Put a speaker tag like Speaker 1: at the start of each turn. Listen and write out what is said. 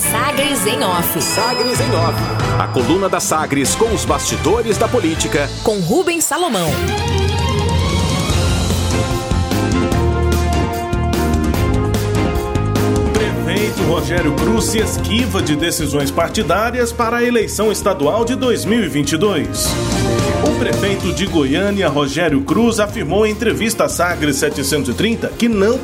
Speaker 1: Sagres em Off.
Speaker 2: Sagres em Off. A coluna da Sagres com os bastidores da política.
Speaker 1: Com Rubens Salomão.
Speaker 3: prefeito Rogério Cruz se esquiva de decisões partidárias para a eleição estadual de 2022. O prefeito de Goiânia, Rogério Cruz, afirmou em entrevista à Sagres 730 que não